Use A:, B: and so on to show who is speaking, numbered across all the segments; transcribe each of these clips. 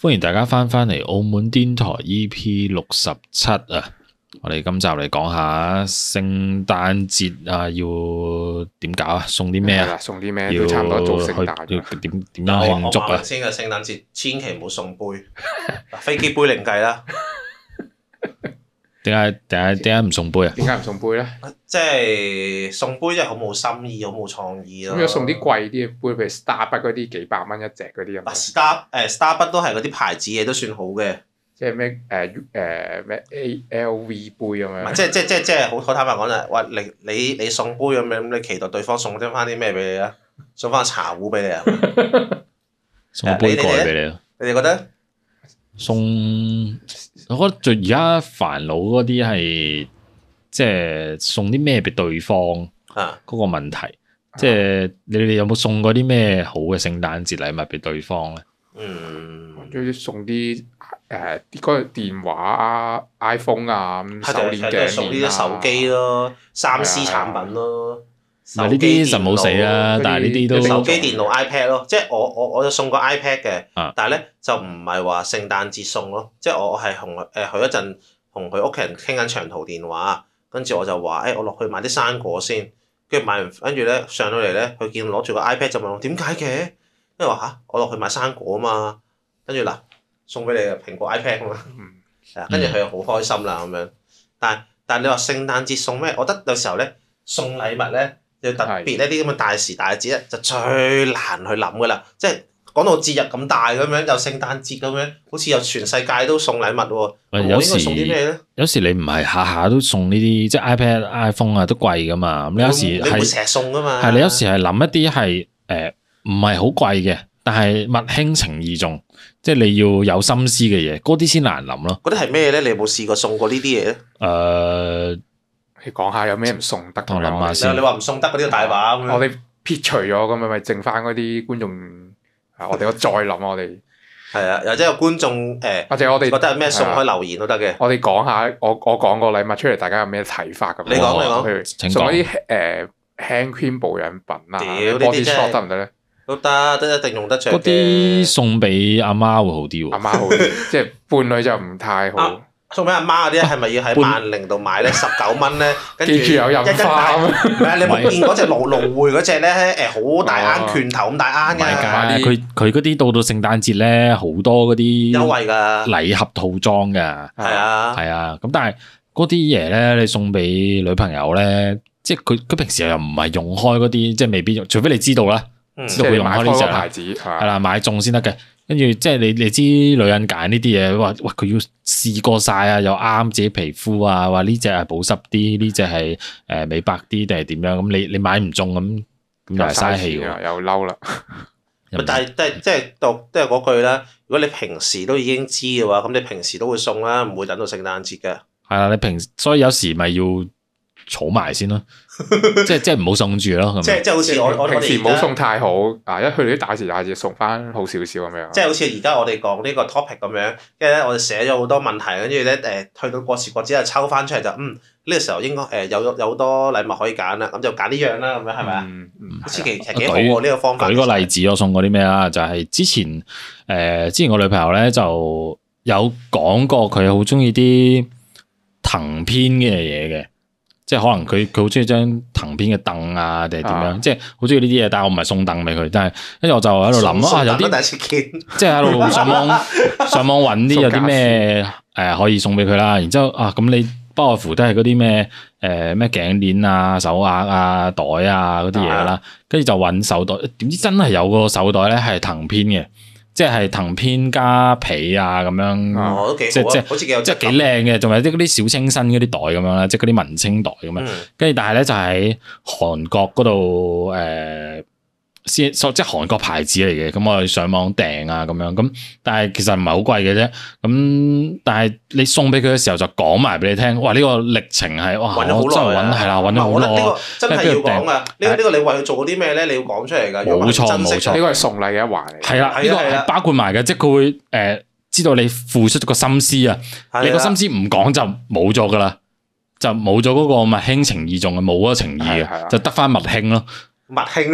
A: 歡迎大家翻返嚟澳門電台 E.P. 六十七啊！我哋今集嚟講下聖誕節啊，要點搞啊？送啲咩
B: 係啦
A: 啊？
B: 送啲咩
A: 要
B: 都差唔多做聖誕啊
A: 去要
B: 啦。
A: 點點
C: 嗱，
A: 樣
C: 我
A: 慶祝
C: 我話
A: 啊
C: 明？先嘅聖誕節千祈唔好送杯，嗱飛機杯另計啦。
A: 點解點解點解唔送杯啊？
B: 點解唔送杯咧？
C: 即係送杯真係好冇心意，好冇創意咯。
B: 咁要送啲貴啲嘅杯，譬如 Starbucks 嗰啲幾百蚊一隻嗰啲
C: 嗱
B: 咁，
C: Star 誒 Starbucks 都係嗰啲牌子嘢都算好嘅，
B: 即係咩誒誒咩 A L V 杯咁
C: 唔係
B: 樣。
C: 啊即係即係即係即係好好坦白講啦。哇！你你你送杯咁樣，咁你期待對方送翻啲咩俾你啊？送翻茶壺俾你啊？
A: 送個杯
C: 誒你哋
A: 蓋
C: 呢
A: 俾你啊！
C: 你哋覺得？
A: 送，我覺得最而家煩惱嗰啲係即係送啲咩俾對方嗰
C: 啊，
A: 個問題。即
B: 啊
A: 係你哋有冇送過啲咩好嘅聖誕節禮物俾對方啊咧？
C: 嗯，
B: 即係送啲誒啲嗰個電話啊、iPhone 啊、咁手
C: 係
B: 鏈
C: 就係
B: 頸
C: 送呢
B: 鏈啊
C: 啲手機咯，三 C
B: 係啊
C: 產品咯，
A: 唔係呢啲就冇死啦
B: 手機電腦，
A: 但係呢啲都
B: 嗰啲
C: 手機、電腦、iPad 咯，即係我我我就送個 iPad 嘅
A: 啊，
C: 但係咧就唔係話聖誕節送咯，即係我我係同誒呃佢一陣同佢屋企人傾緊長途電話，跟住我就話誒、我落去買啲生果先，跟住買完跟住咧上到嚟咧，佢見攞住個 iPad 就問我點解嘅，因為話吓我落去買生果啊嘛，跟住嗱送俾你嘅蘋果 iPad 咁樣
B: 嗯
C: 係啊，跟住佢又好開心啦咁樣，但係但係你話聖誕節送咩？我覺得有時候咧送禮物咧。要特別呢啲咁嘅大時大節咧，就最難去諗噶啦。即係講到節日咁大咁樣，又聖誕節咁樣，好似又全世界都送禮物喎。我
A: 喂
C: 應
A: 有
C: 該
A: 時
C: 送啲咩咧？
A: 有時你唔係下下都送呢啲，即係 iPad、iPhone 啊都貴噶嘛。咁你有時
C: 你唔會
A: 係
C: 成日送噶嘛？
A: 係你有時係諗一啲係誒唔係好貴嘅，但係物輕情意重，即係你要有心思嘅嘢，嗰啲先難諗咯。
C: 嗰啲係咩咧？你有冇試過送過呢啲嘢咧？
A: 誒、
B: 你講下有咩唔送得㗎？
A: 同我諗下
C: 你
A: 先
C: 話你話唔送得嗰啲就大把咁
B: 我
C: 樣，
B: 哋撇除咗咁咪咪剩翻嗰啲觀眾，啊我哋再諗我哋，
C: 係啊，或者有觀眾誒
B: 或者我哋
C: 覺得有咩送
B: 係啊
C: 可以留言都得嘅。
B: 我哋講下，我我講個禮物出嚟，大家有咩睇法咁樣？哦
C: 你講你講
B: 譬如
A: 請講
B: 送一啲誒 hand cream 保養品啊
C: 屌呢啲
B: ，body
C: 真係
B: shop 得唔得咧？
C: 都得，都一定用得着
A: 嗰啲
C: 嘅。
A: 送俾阿媽會好啲
B: 阿
A: 喎。
B: 媽 好啲，即係伴侶就唔太好
C: 啊。送俾阿媽嗰啲係咪要喺
A: 半
C: 萬寧度買咧？十九蚊 咧，跟住
B: 記住有
C: 一
B: 飲
C: 斤大
B: 花咁，
C: 唔係啊，你有冇見嗰只蘆蘆薈嗰只咧？誒，好大
B: 哦
C: 啱拳頭咁大
A: 唔
C: 啱
A: 係
C: 嘅，
B: 買
A: 㗎，
B: 啲
A: 佢佢嗰啲到到聖誕節咧，好多嗰
C: 優
A: 啲
C: 惠啊㗎，
A: 禮盒套裝㗎。
B: 嗯
C: 係啊，
A: 係啊，咁但係嗰啲嘢咧，你送俾女朋友咧，即係佢佢平時又唔係用開嗰啲，即係未必用，除非你知道啦，
C: 嗯
B: 即係你買開個牌子係
A: 啊係
C: 啊
B: 嘛？
A: 啦，買中先得嘅。跟住即係你你知女人揀呢啲嘢，話喂佢要試過晒啊，又啱自己皮膚啊，話呢只係保濕啲，呢只係誒美白啲定係點樣？咁你你買唔中咁咁又係嘥氣
B: 又嘥
A: 喎
B: 錢啊，又嬲啦，
A: 又唔
C: 但係都係即係讀都係嗰句啦。如果你平時都已經知嘅話，咁你平時都會送啦，唔會等到聖誕節嘅。
A: 係啦，你平所以有時咪要儲埋先 咯，即係即係唔好送住咯咁
C: 即
A: 樣。
C: 係即係好似我我我
B: 平時
C: 哋
B: 冇
C: 而家
B: 送太好啊！一去到啲大時大節送翻好少少咁樣。
C: 即係好似而家我哋講呢個 topic 咁樣，跟住咧我哋寫咗好多問題，跟住咧誒去到過時過節啊抽翻出嚟就嗯呢個時候應該誒有有好多禮物可以揀啦，咁就揀呢樣啦，咁樣係咪啊？
B: 嗯？嗯
C: 好似其其實幾好喎呢個方法。
A: 啊舉個例子，我送過啲咩啊啦？就係、之前誒、呃之前我女朋友咧就有講過佢好中意啲藤編嘅嘢嘅，即係可能佢佢好中意張藤編嘅凳啊，定係點樣？
B: 啊
A: 即係好中意呢啲嘢。但係我唔係送凳俾佢，但係跟住我就喺度諗咯，啊有
C: 送
A: 啲
C: 第一次見。
A: 即係喺度上網上網揾啲有啲咩誒可以送俾佢啦。然之後啊，咁你不外乎都係嗰啲咩誒咩頸鏈啊、手鐲啊、袋啊嗰啲嘢啦。跟住就揾手袋，點知真係有個手袋咧係藤編嘅，即係藤編加皮啊咁樣。
B: 啊
C: 哦，都幾
A: 即
C: 好啊
A: 即
C: 好似幾有
A: 即係
C: 質
A: 幾
C: 感
A: 靚嘅，仲有啲嗰啲小清新嗰啲袋咁樣啦，即係嗰啲文青袋咁樣。
C: 嗯
A: 跟住但係咧就喺韓國嗰度誒先，所即係韓國牌子嚟嘅，咁我哋上網訂啊咁樣，咁但係其實唔係好貴嘅啫，咁但係你送俾佢嘅時候就講埋俾你聽，哇呢、個歷程係哇我
C: 揾
A: 真
C: 咗好
A: 係揾
C: 耐啊
A: 係啦，
C: 唔
A: 揾咗
C: 係
A: 好
C: 我覺得呢
A: 耐，
C: 個真係要講啊！呢個
A: 係
C: 呢個你為佢做過啲咩咧？你要講出嚟㗎。如果唔係
A: 冇錯
C: 珍惜
A: 冇錯
B: 呢個係送禮嘅一環嚟。
A: 係啦，呢
C: 係
A: 個
C: 啊係啊
A: 係包括埋嘅，即係佢會誒、呃知道你付出咗個心思啊，
C: 係
A: 你個
C: 啦
A: 心思唔講就冇咗噶啦，就冇咗嗰個物輕情意重啊，冇嗰個情義
B: 係啊係啊
A: 嘅，就得翻物輕咯。
C: 麥興，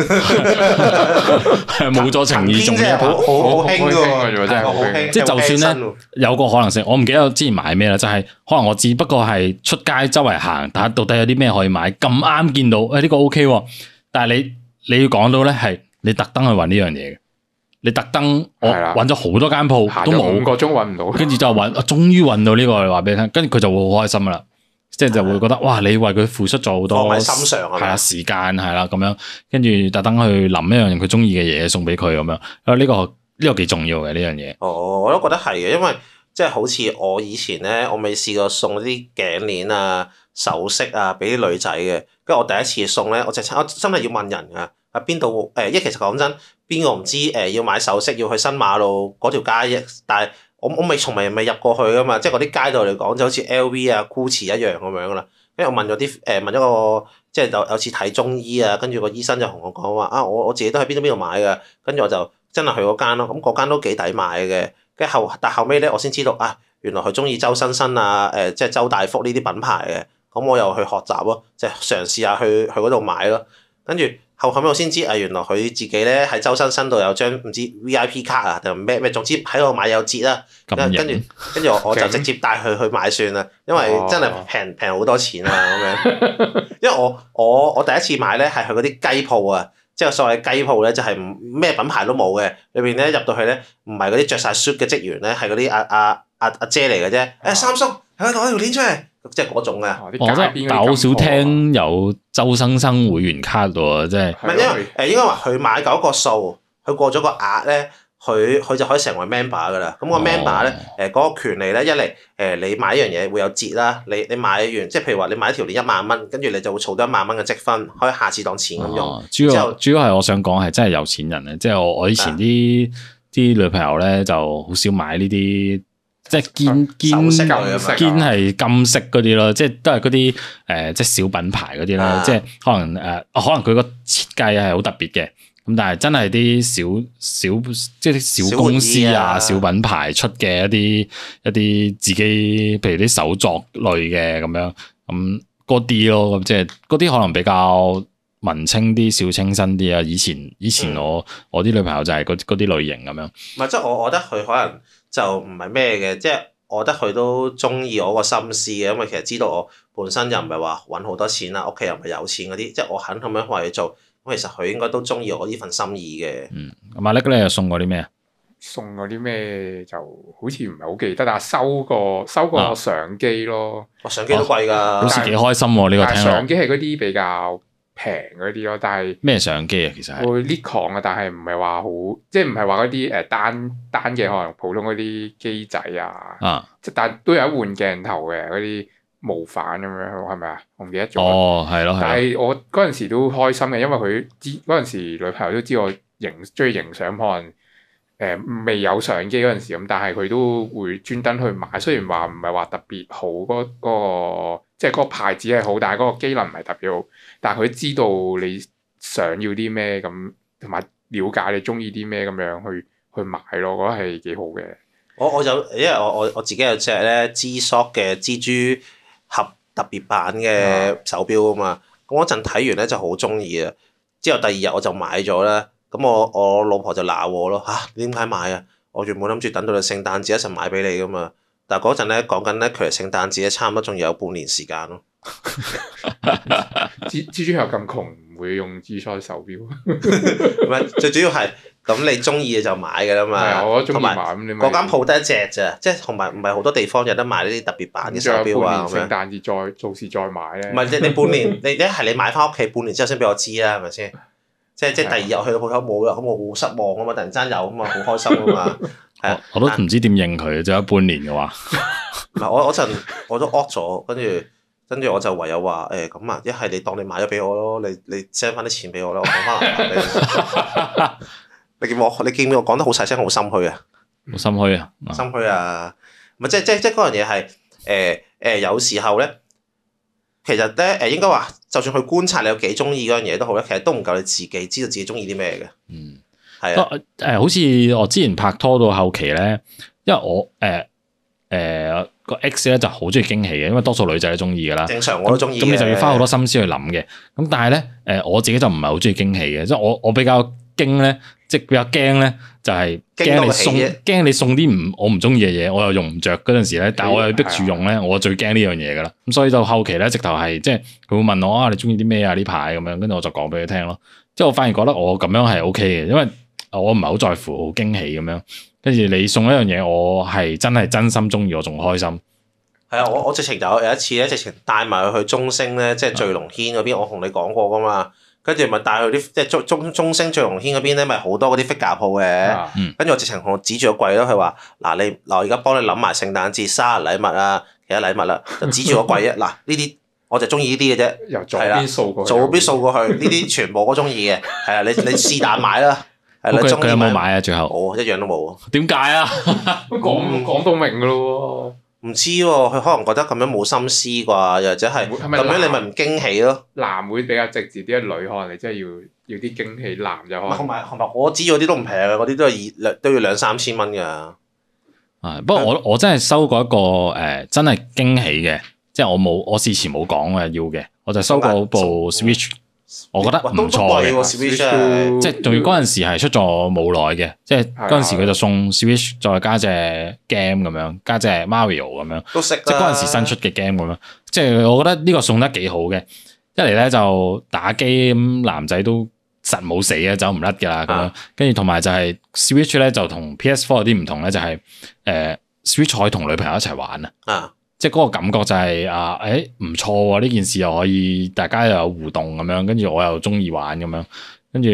A: 冇咗情 意重呢一
C: 真係好
A: part。
C: 好好
B: 好
C: 興
B: 興
C: 㗎
B: 㗎
C: 喎，
B: 啫真係好興
C: 興
A: 即係就算
C: 咧，
A: 有個可能性，我唔記得之前買咩啦，就係、可能我只不過係出街周圍行，但係到底有啲咩可以買，咁啱見到，誒、呢、個 O K 喎。但係你你要講到咧，係你特登去揾呢樣嘢嘅，你特登我
B: 係啦
A: 揾咗好多間鋪
B: 行
A: 都
B: 咗五
A: 冇，
B: 個鐘揾唔到，
A: 跟住就揾，啊終於揾到呢、個，話俾你聽，跟住佢就會好開心噶啦，即係就會覺得哇，你為佢付出咗好
C: 放
A: 多
C: 喺心上啊係
A: 係啦，啊
C: 咪？
A: 時間係啦，咁樣跟住特登去諗一樣佢中意嘅嘢送俾佢咁樣，啊呢個呢個幾重要嘅呢樣嘢，
C: 哦，我都覺得係嘅，因為即係好似我以前咧，我未試過送啲頸鏈啊、首飾啊俾啲女仔嘅，跟住我第一次送咧，我就我真係要問人㗎，啊邊度誒？因為其實講真，邊個唔知誒、要買首飾要去新馬路嗰條街啫，但係我我未從未未入過去㗎嘛，即係嗰啲街道嚟講就好似 LV 啊、GUCCI 一樣咁樣㗎啦。跟住我問咗啲誒問咗個即係有有次睇中醫啊，跟住個醫生就同我講話啊，我我自己都喺邊度邊度買㗎，跟住我就真係去嗰間咯，咁嗰間都幾抵買嘅。跟住後但後尾咧，我先知道啊，原來佢中意周生生啊，誒、即係周大福呢啲品牌嘅。咁我又去學習咯，即係嘗試下去去嗰度買咯。跟住後後尾我先知啊，原來佢自己咧喺周生生度有張唔知 V I P 卡啊定咩咩，總之喺度買有折啦。跟
A: 咁
C: 跟住
A: 型。
C: 跟住我我就
B: 勁
C: 直接帶佢去買算啦，因為
B: 哦
C: 真係平平好多錢啊咁樣。 因為我我我第一次買咧係去嗰啲雞鋪啊，即係所謂雞鋪咧就係唔咩品牌都冇嘅，裏邊咧入到去咧唔係嗰啲着晒 suit 嘅職員咧，係嗰啲阿阿阿阿姐嚟嘅啫。誒、哎三叔，係咪攞條鏈出嚟？即係嗰種啊。
B: 哦啲
A: 我
B: 街
A: 真
B: 邊嗰啲
A: 係但好少
B: 金鋪啊
A: 聽有周生生會員卡喎，即係
C: 唔係因為誒應該話佢買夠一個數，佢過咗個額咧，佢佢就可以成為 member 噶啦。咁個
A: 哦
C: member 咧。誒嗰個權利咧，一嚟誒、你買一樣嘢會有折啦，你你買完即係譬如話你買一條鏈一萬蚊，跟住你就會儲到一萬蚊嘅積分，可以下次當錢咁用。
A: 哦主
C: 之
A: 要
C: 後
A: 主要係我想講係真係有錢人咧，啊即係我我以前
C: 啊
A: 啲啲女朋友咧就好少買呢啲，即係堅
C: 首飾
A: 堅
C: 啊。
A: 堅係金色嗰啲咯，即係都係嗰啲誒，即係小品牌嗰啲啦
C: 啊，
A: 即係可能誒、呃可能佢個設計係好特別嘅，咁但係真係啲小小即係啲小公司啊、
C: 小
A: 小
C: 玩意
A: 品牌出嘅一啲一啲自己，譬如啲手作類嘅咁樣，咁嗰啲咯，咁即係嗰啲可能比較文青啲、小清新啲啊。以前以前我、我啲女朋友就係嗰嗰啲類型咁樣。
C: 唔係即係我我覺得佢可能就唔係咩嘅，即係我覺得佢都中意我個心思嘅，因為其實知道我本身又唔係話揾好多錢啦，屋企又唔係有錢嗰啲，即係我肯咁樣為佢做，咁其實佢應該都中意我呢份心意嘅。
A: 咁阿叻咧又送過啲咩啊？
B: 送嗰啲咩就好似唔係好記得，但係收過收
A: 啊
B: 過相機咯，
C: 我相機都貴㗎，
A: 好似幾開心喎、呢、
B: 但
A: 個
B: 係
A: 聽落
B: 相。機係嗰啲比較平嗰啲咯，但係
A: 咩相機啊？其實係
B: 會 Nikon 啊，但係唔係話好，即係唔係話嗰啲誒單單嘅可能普通嗰啲機仔啊，
A: 啊，
B: 即係但都有一換鏡頭嘅嗰啲無反咁樣，係咪啊？我唔記得咗。
A: 哦，係咯，
B: 但
A: 係咯，
B: 係我嗰陣時都開心嘅，因為佢知嗰陣時女朋友都知我影中意影相，可能誒、呃未有相機嗰陣時咁，但係佢都會專登去買。雖然話唔係話特別好嗰、嗰個，即係嗰個牌子係好，但係嗰個機能唔係特別好。但係佢知道你想要啲咩咁，同埋了解你中意啲咩咁樣去去買咯，我覺得係幾好嘅。
C: 我我有，因為我我我自己有隻咧 G Shock 嘅蜘蛛俠特別版嘅手錶啊嘛，咁我嗰陣睇完咧就好中意啊，之後第二日我就買咗啦，咁我我老婆就鬧我咯嚇、你點解買啊？我原本諗住等到你聖誕節一陣買俾你噶嘛，但係嗰陣咧講緊咧距離聖誕節咧差唔多仲有半年時間咯。
B: 蜘蜘蛛俠咁窮，唔會用 G Shock 手錶，
C: 唔係啊最主要係咁你中意嘅就買㗎啦
B: 係啊，
C: 嘛，
B: 我都中
C: 同
B: 意買
C: 埋
B: 咁你咪
C: 嗰間鋪得一隻咋，即係同埋唔係好多地方有得賣呢啲特別版嘅手
B: 仲有
C: 錶啊
B: 半
C: 咁
B: 年聖。
C: 樣
B: 誕節再做事再買咧。
C: 唔係啊你你半 年，你一係你買翻屋企半年之後先俾我知啦，係咪先？即係即啊係第二日去到鋪頭冇啦，咁我好失望啊嘛！突然間有啊嘛，好開心啊 嘛！係
A: 我我都唔知點應佢，仲有半年嘅話，
C: 唔係我嗰陣我都 off 咗，跟住跟住我就唯有話誒咁啊，一係你當你買咗俾我咯，你你 send 翻啲錢俾我啦，我講翻俾你。 你見我你見我講得好細聲，好心虛啊！
A: 好心虛啊。啊
C: 心虛啊！唔係即係即係即係嗰樣嘢係誒誒，有時候咧，其實咧誒應該話，就算佢觀察你有幾中意嗰樣嘢都好咧，其實都唔夠你自己知道自己中意啲咩嘅。
A: 嗯，
C: 係啊，
A: 誒、好似我之前拍拖到後期咧，因為我誒誒呃個 X 咧就好中意驚喜嘅，因為多數女仔都中意噶啦。
C: 正常我都中意
A: 咁你就要花好多心思去諗嘅。咁但係咧，誒、我自己就唔係好中意驚喜嘅，即係我我比較驚咧，即係比較驚咧，就係
C: 驚
A: 驚
C: 到
A: 你
C: 你
A: 送
C: 啫
A: 驚你送啲唔我唔中意嘅嘢，我又用唔着嗰陣時咧，但係我又逼住用咧，
C: 啊
A: 我最驚呢樣嘢噶啦。咁所以到後期咧，直頭係即係佢會問我啊，你中意啲咩啊呢排咁樣，跟住我就講俾佢聽咯。即係我反而覺得我咁樣係 O K 嘅，因為呃我唔係好在乎好驚喜咁樣。跟住你送一樣嘢，我係真係真心中意，我仲開心。
C: 係啊，我我直情有有一次咧，直情帶埋佢去中星咧，
A: 啊
C: 即係聚龍軒嗰邊，我同你講過噶嘛。跟住咪帶佢啲即係中中中星聚龍軒嗰邊咧，咪好多嗰啲 figure 鋪嘅。
B: 啊
C: 跟住我直情同我指住個櫃咯，佢話：嗱你嗱我而家幫你諗埋聖誕節、生日禮物啊，其他禮物啦，就指住個櫃 啫。嗱呢啲我就中意呢啲嘅啫，
B: 由左
C: 係啦
B: 邊掃過去，
C: 做邊數過去，呢啲全部我中意嘅。係啊，你你是但買 啦，係
A: 咁
C: 你
A: 佢
C: 中
A: 佢
C: 意
A: 有冇
C: 買？
A: 買啊？最後
C: 冇，一樣都冇。
A: 點解啊？
B: 咁
C: 嗯
B: 講講到明噶咯
C: 唔知喎，佢可能覺得咁樣冇心思啩，又或者係
B: 喎，係咪
C: 咁樣你咪
B: 男
C: 唔驚喜咯。
B: 男會比較直接啲，女可能你真係要要啲驚喜，男就可
C: 同
B: 能
C: 埋同埋我知嗰啲都唔平嘅，嗰啲都係二兩都要兩三千蚊㗎。
A: 啊！不過我我真係收過一個誒、呃真係驚喜嘅，即係我冇我事前冇講嘅要嘅，我就收過部 Switch，我覺得
C: 哇都
A: 唔
C: 都
A: 錯嘅，
C: 貴喎 Switch 啊
A: 即係仲要嗰陣時係出咗冇耐嘅，即係
B: 係啊
A: 嗰陣時佢就送 Switch 再加隻 game 咁樣，加隻 Mario 咁樣，
C: 都識啦。
A: 即係嗰陣時新出嘅 game 咁樣，即係我覺得呢個送得幾好嘅，一嚟咧就打機咁男仔都。實冇死嘅，走唔甩㗎啦咁樣
C: 啊，
A: 跟住同埋就係 Switch 咧，就同 PS4 有啲唔同咧，就係、呃 Switch 可以同女朋友一齊玩啊。
C: 啊，
A: 即係嗰個感覺就係、啊，誒唔錯喎，呢件事又可以大家又有互動咁樣，跟住我又中意玩咁樣，跟住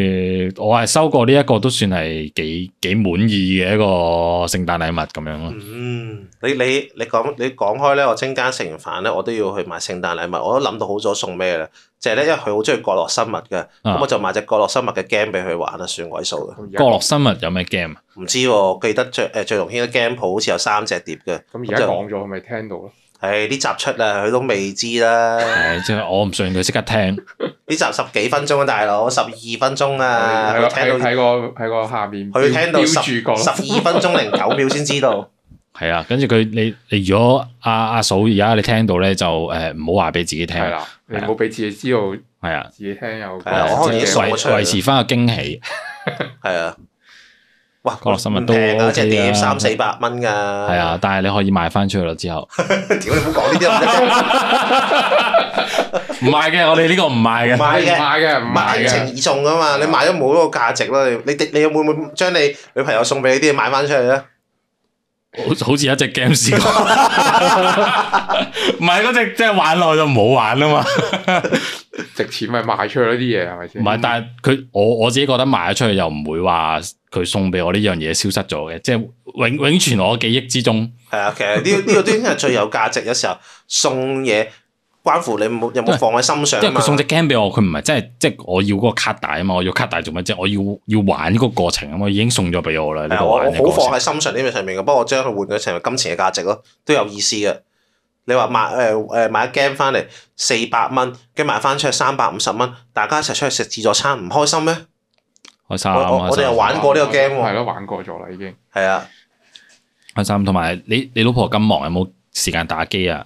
A: 我係收過呢一個都算係幾幾滿意嘅一個聖誕禮物咁樣咯。
C: 嗯，你你你講你講開咧，我陣間食完飯咧，我都要去買聖誕禮物，我都諗到好咗送咩啦。就係咧，因為佢好中意角落生物嘅，咁我就買隻角落生物嘅 game 俾佢玩啦，算鬼數嘅。
B: 咁而
A: 角
B: 家
A: 落生物有咩 game？啊
C: 唔知喎，記得最誒最龍軒嘅 game 鋪好似有三隻碟 嘅，
B: 咁而家講咗，佢咪聽到咯？
C: 唉，呢集出啦，佢都未知啦。
A: 誒，即係我唔信佢即刻聽。
C: 呢集十幾分鐘啊，大佬，十二分鐘啊，
B: 喺個
C: 佢聽
B: 喺
C: 到
B: 喺個喺個下面
C: 佢
B: 標
C: 聽到十
B: 標
C: 十
B: 住角落
C: 二分鐘零九秒先 知道。
A: 係啊，跟住佢你你如果阿阿嫂而家你聽到咧就誒唔好話俾自己聽，
B: 係
A: 係
B: 啦，你冇俾自己知道
A: 啊，
B: 自己聽有
C: 係啊我可能已經
A: 維
C: 送咗出去啦
A: 維持翻個驚喜。
C: 係啊，哇！
A: 角落生物都
C: 唔平啊，
A: OK
C: 即係碟
A: 啊
C: 三四百蚊㗎。係
A: 係啊，，但係你可以賣翻出去啦之後，
C: 屌你唔好講呢啲啊，
A: 唔賣嘅，我哋呢個唔賣嘅
C: 唔。買
B: 買
C: 嘅，
B: 嘅，唔
C: 唔
B: 買啊
C: 係
B: 嘅，
C: 情意重㗎嘛，你買咗冇嗰個價值啦。你你你你會唔會將你女朋友送俾你啲嘢買翻出去咧？
A: 好好似一隻 game 試過，唔係嗰隻即係玩耐就唔好玩啊嘛。
B: 值錢咪賣出去咯啲嘢係咪
A: 唔
B: 先？
A: 係，但係佢我我自己覺得賣咗出去又唔會話佢送俾我呢樣嘢消失咗嘅，即係永永存我記憶之中。
C: 係啊，其實呢呢個都應該係最有價值。有時候送嘢關乎你冇有冇放喺心上
A: 因
C: 啊
A: 為佢
C: 嘛。
A: 送隻 game 俾我，佢唔係真係即係我要嗰個卡帶啊嘛，我要卡帶做乜啫？我要要玩呢個過程啊嘛，已經送咗俾我啦。呢
C: 係啊
A: 個
C: 我
A: 玩嘅
C: 我
A: 過
C: 好
A: 程
C: 放喺心上呢樣上面嘅，不過我將佢換咗成為金錢嘅價值咯，都有意思嘅。你話買誒誒買 game 翻嚟四百蚊，跟住買翻出去三百五十蚊，大家一齊出去食自助餐唔開心咩？
A: 開心，啊
C: 我我我
A: 開
C: 哋又
A: 心，
C: 玩過呢個 game
B: 係
C: 喎，
B: 咯，玩過咗啦已經。
C: 係啊，
A: 開心。啊同埋你你老婆咁忙，有冇時間打機啊？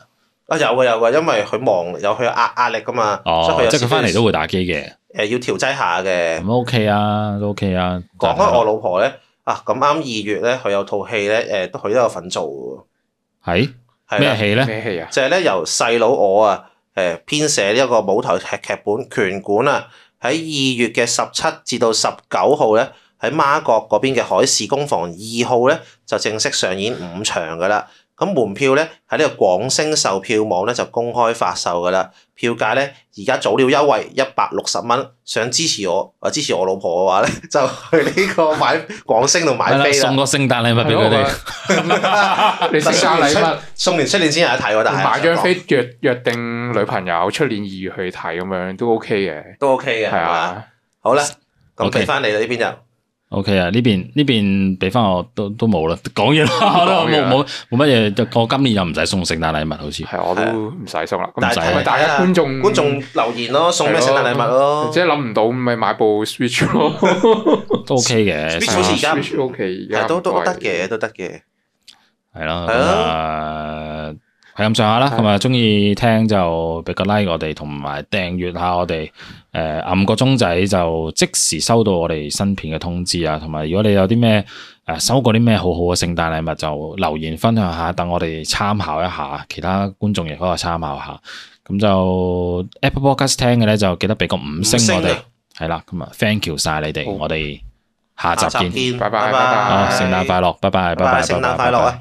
C: 啊有嘅有嘅，因為佢忙有佢壓壓力噶嘛，所
A: 哦
C: 以，有
A: 即係
C: 時
A: 佢翻嚟都會打機嘅，
C: 誒呃要調劑下嘅。
A: 咁 OK 啊，都 OK 啊。
C: 講開我老婆咧，啊咁啱二月咧，佢有套戲咧，誒都佢都有份做嘅
A: 係
C: 喎，係
A: 咩
C: 啦，
A: 戲咧？
B: 咩戲啊？
C: 就係咧由細佬我啊誒編寫呢一個舞台劇劇本拳館啊，喺二月嘅十七至到十九號咧，喺媽閣嗰邊嘅海事工房二號咧就正式上演五場噶啦。咁門票咧喺呢個廣星售票網咧就公開發售噶啦，票價咧而家早鳥優惠一百六十蚊。想支持我啊支持我老婆嘅話咧， 就去呢個買廣星度
A: 係
C: 買
A: 啦
C: 飛
A: 送
C: 啦。
A: 個聖誕禮物俾佢哋。
B: 哋。 你聖誕禮物
C: 送年出年先有得睇喎，但係
B: 買張飛約約定女朋友出年二月去睇咁樣都 OK 嘅，
C: 都 OK 嘅，
B: 係
C: 係嘛？
B: 啊，
C: 好啦，咁
A: OK
C: 俾翻你啦呢邊就，
A: O K 啊，呢邊呢邊俾翻我都都冇啦，講嘢啦，我都
B: 講嘢啦
A: 冇冇冇乜嘢，我今年又唔使送聖誕禮物，好似
B: 係啊我都唔使送啦。
C: 啊但
B: 咁
A: 係
B: 唔咪大家觀眾
C: 觀眾留言咯，送咩聖誕禮物咯
B: 即係諗唔到，咪買部 Switch 咯。
A: 都 O K 嘅，
C: Switch 好似而家唔
B: Switch OK，而
C: 係
B: 家
C: 都
B: 唔
C: 都
B: 貴
C: 得嘅，都得嘅。
A: 係啦，
C: 係
A: 咁啊，係咁上下啦。
B: 係
A: 咁啊，中意聽就俾個 like 我哋，同埋訂閱下我哋。誒撳個鐘仔就即時收到我哋新片嘅通知啊！同埋如果你有啲咩誒收過啲咩好好嘅聖誕禮物，就留言分享下，等我哋參考一下，其他觀眾亦可以參考下。咁就 Apple Podcast 聽嘅咧，就記得俾個五星我
C: 五星
A: 哋
C: 啊，
A: 係啦。咁啊，thank you 晒你哋，
B: 好
A: 我哋下集見。
C: 見
B: 拜拜
A: 好，聖誕快樂，拜拜，
C: 拜拜，聖誕快樂啊！